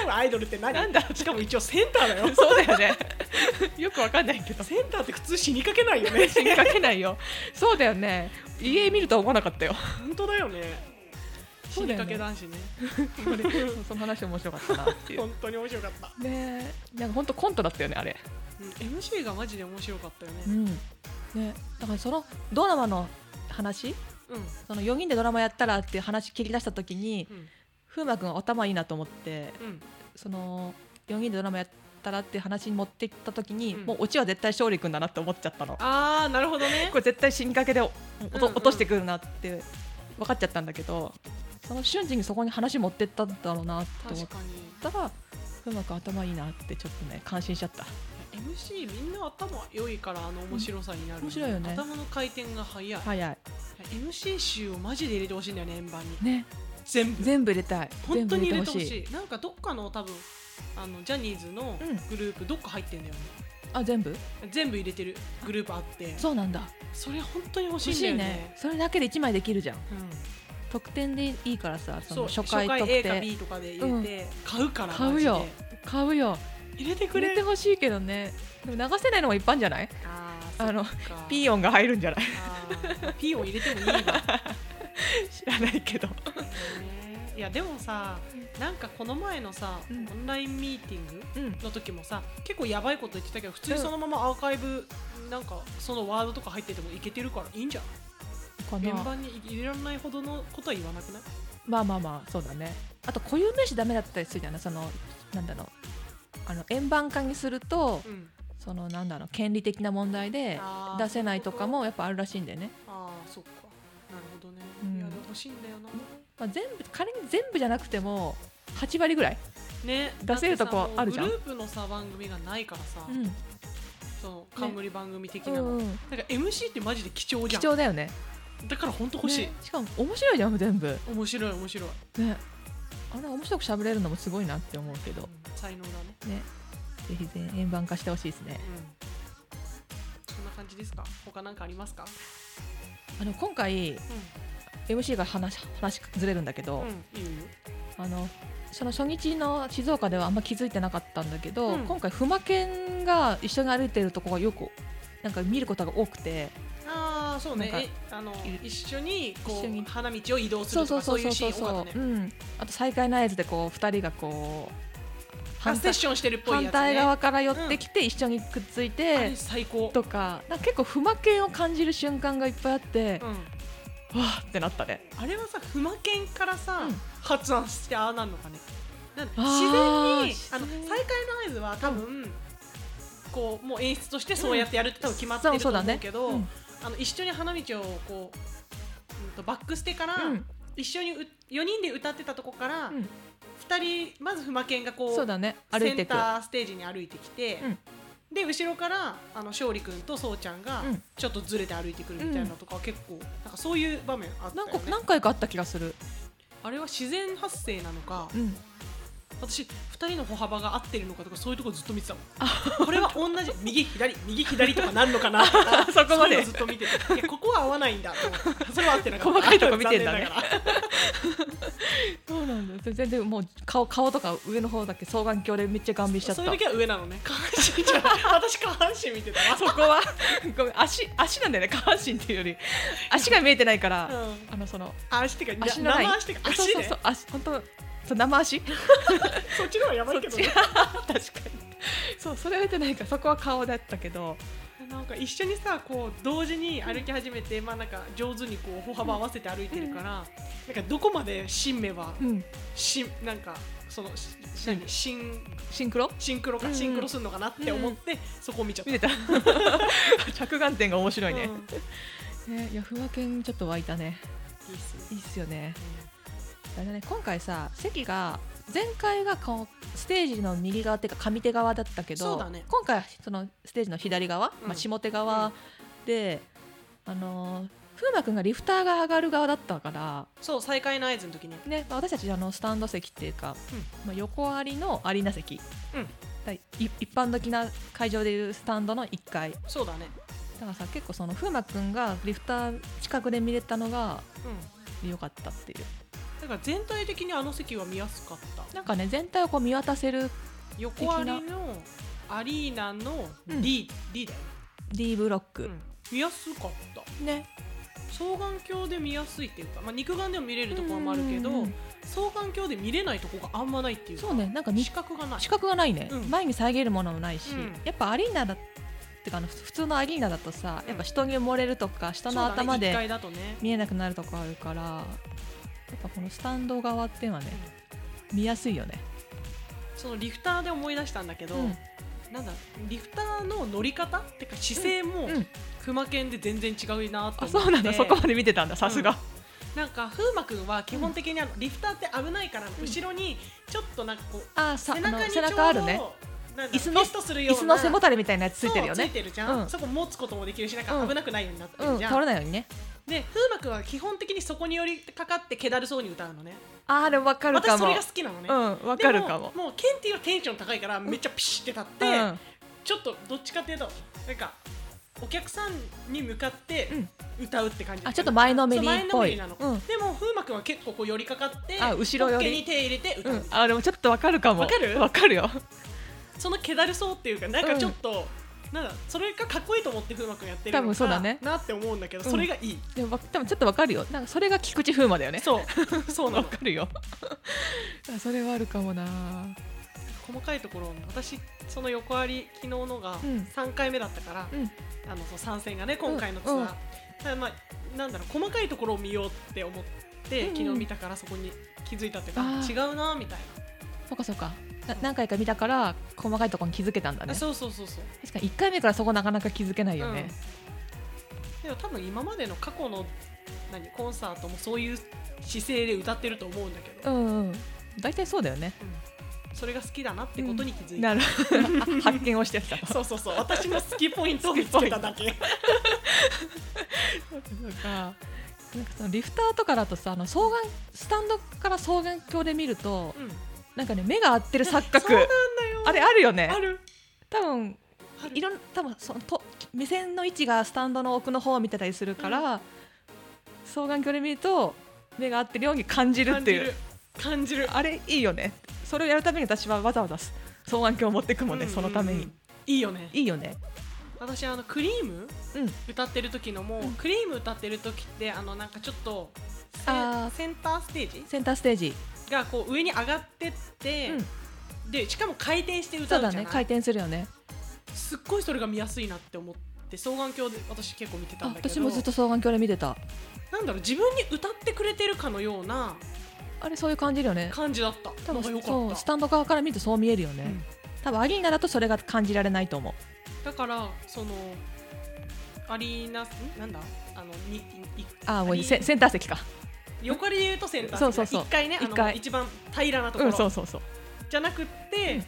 B: 似合うアイドルって何
A: なんだ
B: しかも一応センターだ [laughs]
A: [laughs]
B: よ
A: そうだよね [laughs] よくわかんないけど
B: センターって普通 [laughs] 死にかけないよね
A: 死にかけないよそうだよね家見るとは思わなかったよ
B: 本当だよね死
A: そうだ
B: に
A: よね
B: かけ男子ね
A: その話面白かったなっていう
B: [laughs] 本当に面白かった、
A: [laughs] ねえなんか本当コントだったよねあれ
B: うん MC がマジで面白かったよね
A: うんねだからそのドラマの話
B: うん
A: その4人でドラマやったらっていう話切り出した時に
B: うん
A: 風風磨君は頭いいなと思って
B: うん
A: その4人でドラマやったらって話に持ってった時に、
B: うん
A: もうオチは絶対勝利君だなって思っちゃったのこ
B: ああなるほどね
A: れ絶対死にかけでおお
B: うん
A: と
B: うん
A: 落としてくるなって分かっちゃったんだけどその瞬時にそこに話持ってったんだろうなって思っ
B: 確かに
A: たら風磨君頭いいなってちょっとね感心しちゃった
B: MC みんな頭良いからあの面白さになる、
A: 面白いよね
B: 頭の回転が速い、
A: 早い
B: MC 集をマジで入れてほしいんだよね円盤に
A: ね
B: 全部
A: 全部入れたい
B: 本当に入れてほ
A: 全部
B: しいなんかどっかの多分あのジャニーズの
A: うん
B: グループどっか入ってんだよね、
A: あ全部
B: 全部入れてるグループあってそ
A: そうなんだ
B: れ本当に欲しい
A: 欲
B: ん
A: し
B: だ
A: い
B: よね
A: ねそれだけで1枚できるじゃん
B: うん
A: 特典でいいからさそ
B: そう
A: の
B: 初
A: 初
B: 回
A: 回特
B: A か
A: 典
B: B とかで入れて、買うから
A: 買うよ
B: マジ
A: 買うよ
B: で入れてく
A: く
B: れ
A: れてほしいけどねでも流せないのも一般じゃない
B: あー
A: あの
B: そっか
A: ピーヨンが入るんじゃない
B: あーピーを入れてもいいわ
A: [laughs] 知らないけど
B: ねいやでもさなんかこの前のさ、
A: うん
B: オンラインミーティング
A: うん
B: の時もさ結構やばいこと言ってたけど普通にそのままアーカイブ、なんかそのワードとか入っててもいけてるからいいんじゃん
A: か
B: 円
A: な
B: 盤に入れられないほどのことは言わなくない
A: まあまあまあそうだねあと固有名詞ダメだったりするじゃないそのなんだろうあの円盤化にすると
B: うん
A: そのなんだろう権利的な問題で
B: あー
A: 出せないとかもやっぱあるらしいんだよね、
B: ああそっかなるほどね、
A: うん
B: いやでも欲しいんだよな
A: まあ、全部仮に全部じゃなくても8割ぐらい、
B: ね
A: 出せるとこあるじゃん
B: だってさもうグループのさ番組がないからさ、
A: うん
B: その冠番組的
A: う
B: なの、
A: んうん、
B: なんか MC ってマジで貴重じ
A: 貴
B: ゃん
A: 重だよね
B: だから本当欲しい、
A: ねしかも面白いじゃん全部
B: 面白い面白い、
A: ねあれ面白く喋れるのもすごいなって思うけど
B: うん才能だね
A: ねぜひ全円盤化してほしいですね
B: うんそんな感じですか他なんかありますか
A: あの今回 MC が話話ずれるんだけど、
B: うんいいよいいよ
A: あのその初日の静岡ではあんま気づいてなかったんだけど、
B: うん
A: 今回ふまけんが一緒に歩いてるとこがよくなんか見ることが多くて
B: ああそうね
A: なん
B: え
A: か
B: あの
A: いる
B: 一緒にこ
A: 一緒に
B: う花道を移動するとかそういうシーン多かった
A: う
B: ね
A: ん、あと再会の合図でこう2人がこう
B: あ
A: 反
B: セッ
A: 対
B: ションしてるっぽい
A: 反
B: やつね
A: 対側から寄ってきて一緒にくっつい
B: あ
A: て
B: れ、最高
A: とかなんか結構ふまけんを感じる瞬間がいっぱいあって
B: う、ん
A: わーってなったね
B: あれはさ不魔犬からさ
A: うん
B: 発案してああなんのかねなんだ
A: あ
B: 自
A: ー
B: 然にあの
A: 自然に
B: 再開の合図は多分こうもう演出としてそうやってやるって多分決まって
A: そ
B: る
A: う
B: と
A: そう
B: 思
A: だね
B: うけど
A: うん
B: あの一緒に花道をこううんとバックステから
A: うん
B: 一緒にう4人で歌ってたとこから
A: うん
B: 2人まず不魔犬がこ
A: そう
B: う
A: だね歩
B: セ
A: いて
B: ン
A: く
B: ターステージに歩いてきて、
A: うん
B: で後ろからあの勝利君とそうちゃんが
A: うん
B: ちょっとずれて歩いてくるみたいなのとかは結構、なんかそういう場面あったよ
A: なん
B: ね
A: か何回かあった気がする、
B: あれは自然発生なのか、
A: うん、
B: 私2人の歩幅が合ってるのかとかそういうとこずっと見てたもんこれは同じ右左右左とかなんのかなとか
A: [laughs] そこまで
B: そういうのずっと見てたいやここは合わないんだと思ってそれは合ってなかった
A: 細かいとこ見てんだね
B: 残念ながら
A: そうなんだ全然もう顔顔とか上の方だけ双眼鏡でめっちゃガン見しちゃった
B: そういう時は上なのね下半
A: [laughs]
B: 身じゃない私下半身見てたわ
A: そこは [laughs] ごめん足足なんだよね下半身っていうより足が見えてないから、
B: うん
A: あのその
B: あ足ってか
A: 足のライン
B: 生足ってか
A: あ
B: 足ね
A: そうそうそう足本当そう生足
B: そっちの方がやばいけどね
A: そ [laughs] 確かにそうそれは見てないからそこは顔だったけど
B: なんか一緒にさこう同時に歩き始めて、まあなんか上手にこう歩幅合わせて歩いてるから、なんかどこまで新芽は、
A: うん
B: しなんかそのし何シン
A: シンクロ
B: シンクロか、
A: うん
B: シンクロするのかなって思って、そこを見ちゃった。
A: 見 [laughs] てた着眼点が面白いね
B: うん、い、
A: ねいや不和犬ちょっと湧いたね
B: いっす
A: い
B: ね
A: いっすよねあれだね今回さ席が前回がこうステージの右側っていうか上手側だったけ
B: そ
A: ど
B: うだね
A: 今回はそのステージの左側、
B: うん
A: まあ、下手側で、あのー風磨君がリフターが上がる側だったから、
B: そう再開の合図の時に
A: ねまあ、私たちあのスタンド席っていうか、まあ、横ありのアリーナ席、
B: うん
A: だい一般的な会場でいうスタンドの1階だ
B: そうだね、
A: からさ結構その風磨君がリフター近くで見れたのが
B: うん、
A: 良かったっていう
B: だから全体的にあの席は見やすかった
A: なんかね全体をこう見渡せる
B: 横ありのアリーナの D,、D だよね、
A: D ブロック、
B: うん見やすかった
A: ね
B: 双眼鏡で見やすいっていうか、まあ、肉眼でも見れるところもあるけど、
A: うんうんうん
B: 双眼鏡で見れないところがあんまないっていうか
A: そうねなんかに
B: 視覚がない
A: 視覚がないね、
B: うん
A: 前に遮るものもないし、
B: うん
A: やっぱアリーナだってかあの普通のアリーナだとさ、
B: うん
A: やっぱ人に埋もれるとか下の
B: そうだね
A: 頭
B: 一
A: で
B: 階だとね
A: 見えなくなるとかあるから、やっぱこのスタンド側っていうのはね
B: うん
A: 見やすいよね、
B: そのリフターで思い出したんだけど、
A: うん
B: なんだリフターの乗り方ってか姿勢も
A: うん、
B: 熊犬で全然違うな
A: あ
B: と思って、
A: そうなんだそこまで見てたんださすが、
B: なんか風磨君は基本的にあのリフターって危ないから、後ろにちょっとなんかこう
A: あーさ
B: 背
A: あ
B: 中
A: の
B: に
A: 背中あるね
B: 椅
A: 椅
B: 子
A: 子
B: の
A: の
B: ストする
A: 椅
B: ような
A: 子の背もたれみたいなやつついてるよ
B: そう
A: ね
B: ついてるじゃん、
A: うん
B: そこ持つこともできるしなんか
A: うん
B: 危なくないようになって
A: う
B: る
A: ん
B: じゃん、
A: 倒れないようにね
B: で風磨君は基本的にそこに寄りかかって気だるそうに歌うのね
A: あーでも分かる
B: 私
A: か
B: そ
A: も
B: れが好きなのね、
A: うん分かるかも
B: でももうケンティはテンション高いからめっちゃピシって立って、
A: うん
B: ちょっとどっちかっていうとなんかお客さんに向かって
A: うん
B: 歌うって感じ、
A: あちょっと前のめりっ
B: そう前の
A: ぽ
B: め
A: い
B: りなの、
A: うん
B: でも風磨君は結構こう寄りかかって
A: あ後ろ寄り
B: ポッケに手入れて歌
A: う
B: う、
A: ん、あでもちょっとわかるかも
B: わかる
A: わかるよ
B: そのけだるそうっていうかなんかちょっと、なんだそれがかっこいいと思って風磨君やってるのか
A: 多分そうだね
B: なって思うんだけど、
A: うん
B: それがいい
A: でもわ多分ちょっとわかるよなんかそれが菊池風磨だよね
B: そ
A: [laughs]
B: うそうな
A: わ
B: の
A: かるよあそれはあるかもな
B: 細かいところ私その横あり昨日のが
A: うん
B: 3回目だったから、
A: うん
B: あのその参戦がね今回のツアー、
A: うんうん
B: ただまあなんだろう細かいところを見ようって思って、
A: うんうん
B: 昨日見たからそこに気づいたっていうか
A: あー
B: 違うなみたい
A: そうかそうかな何回か見たから細かいところに気づけたんだね
B: な、あそうそうそうそう
A: 確かに1回目からそこなかなか気づけないよね、
B: でも多分今までの過去の何コンサートもそういう姿勢で歌ってると思うんだけ
A: う
B: ど、
A: ん、うん大体そうだよね
B: それが好きだなってことに気づい
A: な
B: た、
A: るあ [laughs] 発見をしてた
B: そうそうそう私の好きポイントを見つけただけ
A: そうかなんかそのリフターとかだとさあの双眼スタンドから双眼鏡で見ると
B: うん
A: なんかね目が合ってる錯
B: そうなんだ
A: 覚
B: よ
A: あれあるよね
B: ある
A: 多分
B: ある
A: いろんな多分そのと目線の位置がスタンドの奥の方を見てたりするから、双眼鏡で見ると目が合ってるように感じるっ
B: 感
A: て
B: じ
A: いう
B: る感じる
A: あれいいよねそれをやるために私はわざわざ双眼鏡を持ってくもんね、
B: うん
A: そのため
B: うんう
A: に
B: んいいよね
A: いいよね
B: 私あのクリーム
A: うん
B: 歌ってる時のも、
A: うん
B: クリーム歌ってる時ってあのなんかちょっとせ
A: あー
B: センターステージ
A: センターステージ、
B: がこう上に上がってって、
A: うん、
B: でしかも回転して歌
A: そう
B: うじゃ
A: だ
B: ない
A: ね回転するよね
B: すっごいそれが見やすいなって思って双眼鏡で私結構見てた
A: あ
B: んだけど
A: 私もずっと双眼鏡で見てた
B: なんだろう自分に歌ってくれてるかのような
A: あれそういう感じるよね
B: 感じだった
A: 多
B: なんか
A: 分
B: よ
A: そう
B: かっ
A: ス
B: た
A: タンド側から見るとそう見えるよね、
B: うん
A: 多分アリーナだとそれが感じられないと思う
B: だからそのアリーナんなんだあのにい
A: ああもういい
B: アリー
A: セセンター席か
B: 横で言うとセンター
A: そうそうそう
B: 一回ねあ
A: 一
B: の
A: 回
B: 一番平らなとこ
A: うん
B: ろ
A: そうそうそう
B: じゃなくって、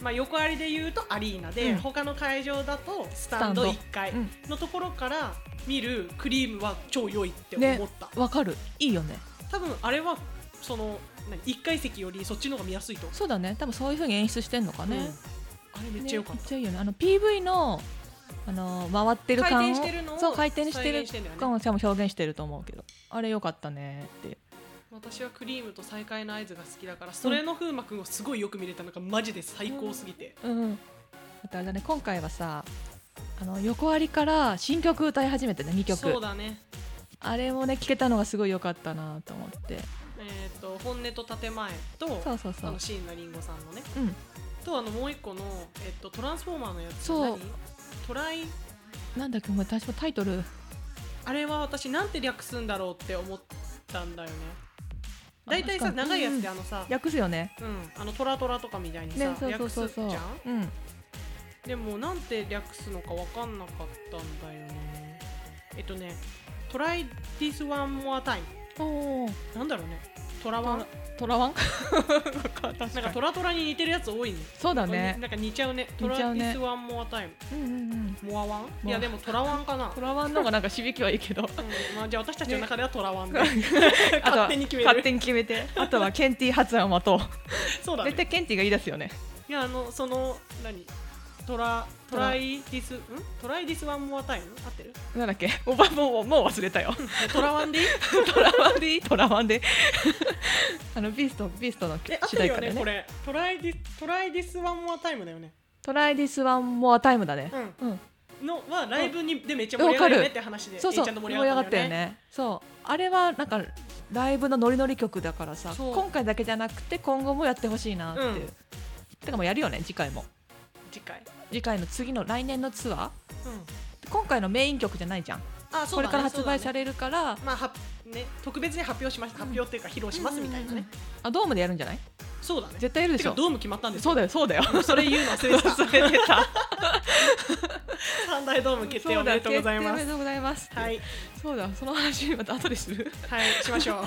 B: まあ、横ありで言うとアリーナで、
A: うん
B: 他の会場だとスタンド
A: スタンド
B: 1階
A: うん
B: のところから見るクリームは超良いって
A: ね
B: 思った、
A: わかるいいよね
B: 多分あれはその何1階席よりそっちの方が見やすいと思
A: そうだね多分そういう風に演出してんのか
B: う、
A: ね、
B: うんあれめっちゃ良かっ、
A: ねめったちゃいいよねあの PV のあの回ってる
B: 回
A: 感を
B: 転してるのを
A: そう回転して
B: 再
A: る
B: 現してんだよね
A: 感をしかも表現してると思うけどあれ良かったねって
B: 私はクリームと再会の合図が好きだからそれの風磨君をすごいよく見れたのがマジで最高すぎて、
A: うんあとあれだね今回はさあの横ありから新曲歌い始めてね2曲
B: そうだね
A: あれもね聞けたのがすごい良かったなと思って
B: えっ、と本音と建前と
A: そうそうそ
B: あ
A: う
B: の椎名林檎さんのね
A: うん
B: とあのもう一個の、えっと、トランスフォーマーのやつ
A: そう
B: 何トライ
A: なんだっけもう私もタイトル
B: あれは私なんて略すんだろうって思ったんだよね
A: あ
B: 大体さ
A: 確かに
B: 長いやつって
A: う
B: あのさ、
A: 訳すよね
B: うん、あのトラトラとかみたいにさ、
A: ねそうそうそうそう
B: 略すじゃん
A: うん
B: でもなんて略すのか分かんなかったんだよねえっとね「Try this one more time
A: おお」
B: なんだろうねトラワン
A: トトラワン
B: [laughs]
A: 確か
B: なんかトラトラに似てるやつ多いね
A: そうだね
B: なんか似ちゃうね「ト
A: 似
B: ラ
A: ちゃう
B: this
A: ね
B: one more time
A: うんうんうん」
B: モアワンいやでもトラワンかな
A: トラワンの方がなんか響きはいいけど
B: うんまあ、じゃあ私たちの中ではトラワンで、
A: あとは
B: [laughs] 勝手に決める
A: 勝手に決め
B: [laughs]
A: てあとはケンティ発案を待とう
B: そうだ
A: 絶
B: ね
A: 対ケンティが言い出すよね
B: いやあのその何トラトライディスんトライディスワンモアタイム合ってる
A: なんだっけおばもうもう忘れた [laughs] よ
B: [laughs] トラワ [laughs] ンでいい
A: トラワンでいいトラワンで [laughs] あのビーストビーストの
B: え合っ
A: 主
B: て
A: 題
B: るよ
A: 歌
B: ね
A: で
B: こ
A: ね
B: れトライディトライディスワンモアタイムだよね
A: トライディスワンモアタイムだね
B: う
A: うん
B: んのはライブにでめっちゃ盛り上がるよねって話で
A: そう
B: え
A: そ
B: ー
A: う
B: ちゃんと
A: 盛
B: 盛
A: り
B: り
A: 上
B: 上
A: が
B: が
A: っ
B: ったた
A: よ
B: よね
A: ねそうあれはなんかライブのノリノリ曲だからさ
B: そう
A: 今回だけじゃなくて今後もやってほしいなっていう、
B: うん
A: てかもうやるよね次回も
B: 次回
A: 次回の次の来年のツアー
B: う
A: 今回のメイン曲じゃないじゃん
B: あ
A: これから発売さ
B: れ
A: れるから、
B: まあはね特別に発表しました発表っていうか披露しますみたいなね、
A: あドームでやるんじゃない
B: そうだね
A: 絶対やるで
B: て
A: し
B: か
A: ょ
B: ドーム決まったんです
A: そうだよそうだよ
B: それ言うの忘れてた
A: れてた
B: 三大ドーム決定おめでとうございま
A: そうだ決定おめ
B: す
A: でとうございます
B: はい
A: そうだその話また後でする
B: はいしましょう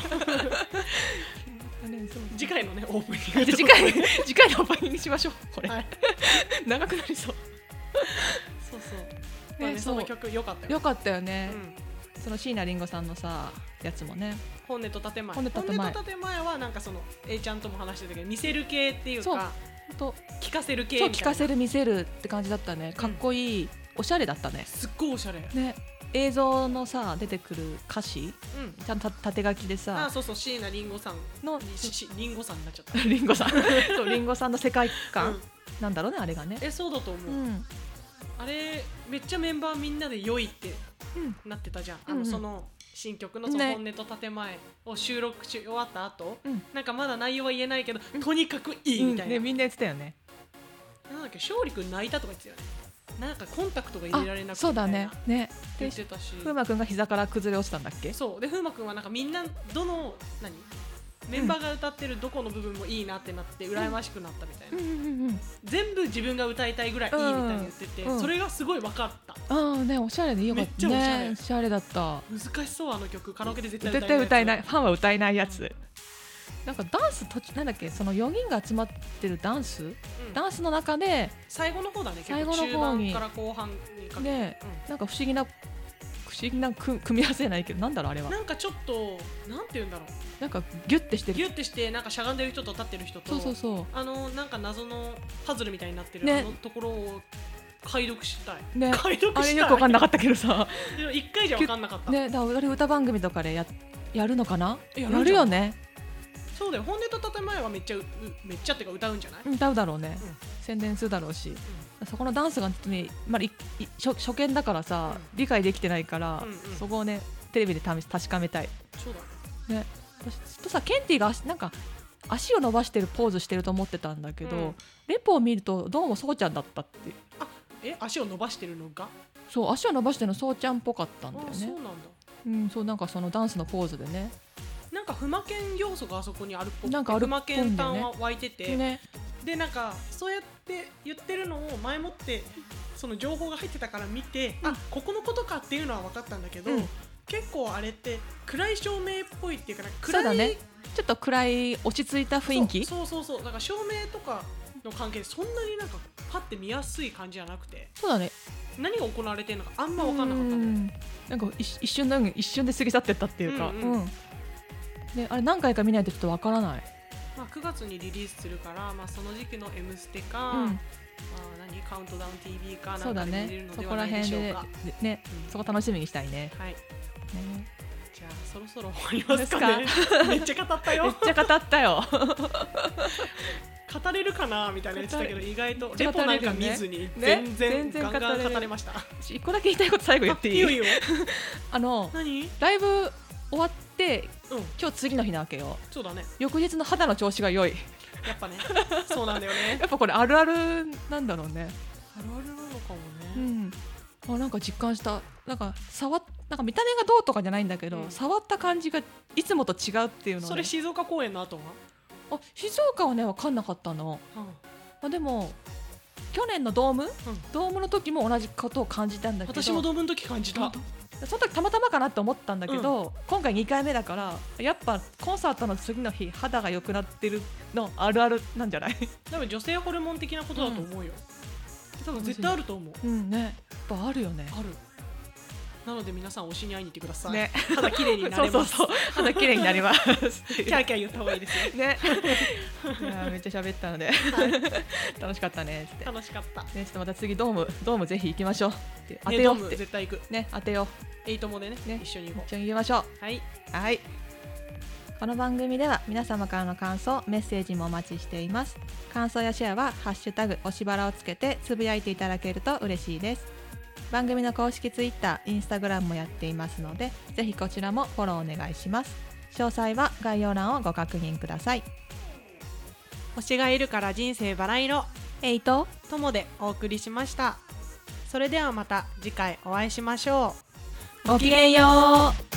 A: あねそう
B: 次回のねオープニング
A: 次回次回のオープニングにしましょうこれ、
B: はい
A: 長くなりそう
B: そうそう、まあ
A: ね
B: ね、
A: そ
B: そうの曲良かったよ
A: よかったよね
B: う、ん
A: その椎名林檎さんのさやつもね
B: 本音と建前
A: 本音と建前
B: 本音と建前はなんかその A ちゃんとも話してたけど見せる系っていう
A: そう
B: か
A: ほんと
B: 聞かせる系み
A: そ
B: たいうな
A: 聞かせる見せるって感じだったねかっこいい、おしゃれだったね
B: すっごいおしゃれ、
A: ね映像のさ出てくる歌詞
B: うん
A: ちゃんとた縦書きで
B: あ
A: さ
B: そうそう椎名林檎さん
A: の
B: ししリンゴさんになっちゃった
A: リン
B: [laughs]
A: ゴさんそうリンゴさんの世界
B: う
A: 観
B: ん
A: なんだろうねあれがね
B: えそうだと思
A: う
B: う、
A: ん
B: あれめっちゃメンバーみんなで良いって
A: うん
B: なってたじゃん、
A: うん
B: あ
A: うん
B: のその新曲のその
A: ね
B: 本音と建前を収録し終わった後、
A: うん
B: なんかまだ内容は言えないけど、とにかくいいみたいな、
A: ねみんな言ってたよね
B: なんだっけ勝利君泣いたとか言ってたよねなんかコンタクトが入
A: あ
B: れられなくて
A: そうだ
B: みたい
A: ね
B: な
A: ね
B: 言
A: で
B: ってたし
A: 風磨くんが膝から崩れ落ちたんだっけ
B: そうで風磨君はなんかみんなどの何メンバーが歌ってるどこの部分もいいなってなって羨ましくなったみたいな、
A: うんうんうん
B: 全部自分が歌いたいぐらいいいみたいに言ってて、
A: うんうん
B: それがすごい分かった
A: ああねおしゃれでよかった
B: めっちゃおしゃれ
A: ねおしゃれだった
B: 難しそうあの曲カラオケで絶対
A: 絶対歌えない
B: や
A: ファンは歌えないやつなんかダンス途中なんだっけその4人が集まってるダンス
B: つ、うん
A: ダンスの中で
B: 最後の方だね結
A: 最後
B: 構
A: の
B: 中
A: 方に
B: 盤から後半にかけて、
A: ねなんか不思議な不思議な組組み合わせじゃないけどなんだろうあれ
B: う
A: は
B: んなんかちょっとなんて言うんだろう
A: なんかギュッてして
B: ギュ
A: る
B: ッてしてなんかしゃがんでる人と立ってる人と
A: そうそうそ
B: あのなんか謎のパズルみたいになってる、
A: ね
B: あのところを解読したい、
A: うね
B: 解読した
A: あ
B: い
A: れよく分かんなかったけどさ
B: でも一回じゃ分かんなかった、
A: ねだからあれ歌番組とかでややるのかな
B: えや
A: や
B: るんじゃん
A: るよね
B: そうだよ本音と建前はめっちゃううめっちゃっていうか歌うんじゃない、
A: 歌うだろうね
B: うん
A: 宣伝するだろうしそこのダンスが本当に、まあ、いい初初見だからさ
B: う
A: 理解できてないから
B: うんうん
A: そこをねテレビで試し確かめたい
B: そうだね
A: ね、私とさケンティが足なんか足を伸ばしてるポーズしてると思ってたんだけど、
B: うん
A: レポを見るとどうもそうちゃんだったっていう
B: え足を伸ばしてるのが
A: そう足を伸ばしてるのそうちゃんっぽかった
B: あ
A: んだよ
B: そう
A: ね
B: なんだ
A: うんそうなんかそのダンスのポーズでね
B: なんか不魔剣要素があそこにあるっぽくて
A: なんかあるっぽいんだよね
B: 不魔剣端は湧いてて、
A: ね
B: でなんかそうやって言ってるのを前もってその情報が入ってたから見て、
A: うん
B: あここのことかっていうのは分かったんだけど、
A: うん
B: 結構あれって暗い照明っぽいっていうかなんか暗
A: そ
B: いう
A: だねちょっと暗い落ち着いた雰囲気そう
B: そうそうそうそうだから照明とかの関係でそんなになんかパッて見やすい感じじゃなくて
A: だね
B: 何が行われてるのかあんま分かんなかったね
A: うんなんか一一瞬のように一瞬で過ぎ去ってったっていうか、
B: うんうん
A: うんであれ何回か見ないとちょっとわからない、
B: まあ、9月にリリースするから、まあ、その時期の「M ステか」
A: うん
B: まあ、何カウントダウン TV か
A: そ
B: な
A: うん
B: か
A: だ
B: で見れる
A: ね
B: の
A: そ
B: で
A: こ
B: は
A: ら
B: ないで
A: 辺
B: し
A: で
B: ょうか。
A: でね
B: うん
A: そこ楽しみにしたいね
B: はい、
A: ね
B: じゃあそろそろ終わりますかね [laughs] めっちゃ語った
A: めっ
B: よ
A: ちゃ語ったよ
B: 語れるかなみたいな言って
A: [laughs]
B: たけど
A: 語
B: 意外と
A: めっち
B: レ
A: ゃ
B: ポ
A: 語
B: な
A: れ
B: ん
A: る
B: か
A: よね
B: 見ずに
A: ね
B: 全然
A: 全然
B: ガンガ
A: 語れ
B: ン
A: る
B: 語れました
A: 一個だけ言いたいこと最後言っていい
B: いいよいいよ
A: あの
B: 何
A: ライブ終わって
B: うん
A: 今日次の日なわけよ
B: そうだね
A: 翌日の肌の調子が良い
B: やっぱねそうなんだよね
A: [laughs] やっぱこれあるあるなんだろうね
B: あるあるなのかも
A: う
B: ね
A: んあなんか実感したなんか触っなんか見た目がどうとかじゃないんだけど、
B: うん
A: 触った感じがいつもと違うっていうの
B: そ
A: で
B: れ静岡公演の後は
A: あ静岡はね分かんなかったの、
B: うん
A: まあ、でも去年のドーム、ドームの時も同じことを感じたんだけど
B: 私もドームの時感じた
A: 本その時たまたまかなって思ったんだけど、今回2回目だからやっぱコンサートの次の日肌が良くなってるのあるあるなんじゃない
B: 多分女性ホルモン的なことだと思うよ多分絶対あると思う
A: うんねやっぱあるよね
B: あるなので皆さん推しに会いに行ってください、
A: ね
B: 肌綺麗にな
A: そう
B: [laughs] れ
A: そ
B: ま
A: う
B: す
A: そう肌綺麗になります
B: キャーキャー言った方がいいですよ
A: ね [laughs] いやーめっちゃ喋ったので楽しかったねってね
B: 楽しかった
A: ちょっとまた次ドームドームぜひ行きましょうって当て
B: ねド
A: よ
B: ー
A: うっ
B: ム
A: てね
B: 絶対行く
A: 当てよ
B: エイトもでね
A: ね
B: 一緒に
A: う
B: 行こ
A: 一緒に行きましょう
B: うはい
A: はい。この番組では皆様からの感想、メッセージもお待ちしています。感想やシェアはハッシュタグおしばらをつけてつぶやいていただけると嬉しいです。番組の公式ツイッター、インスタグラムもやっていますので、ぜひこちらもフォローお願いします。詳細は概要欄をご確認ください。
B: 星がいるから人生バラ色
A: えいと、
B: ともでお送りしましたそれではまた次回お会いしましょう
A: ごきげんよう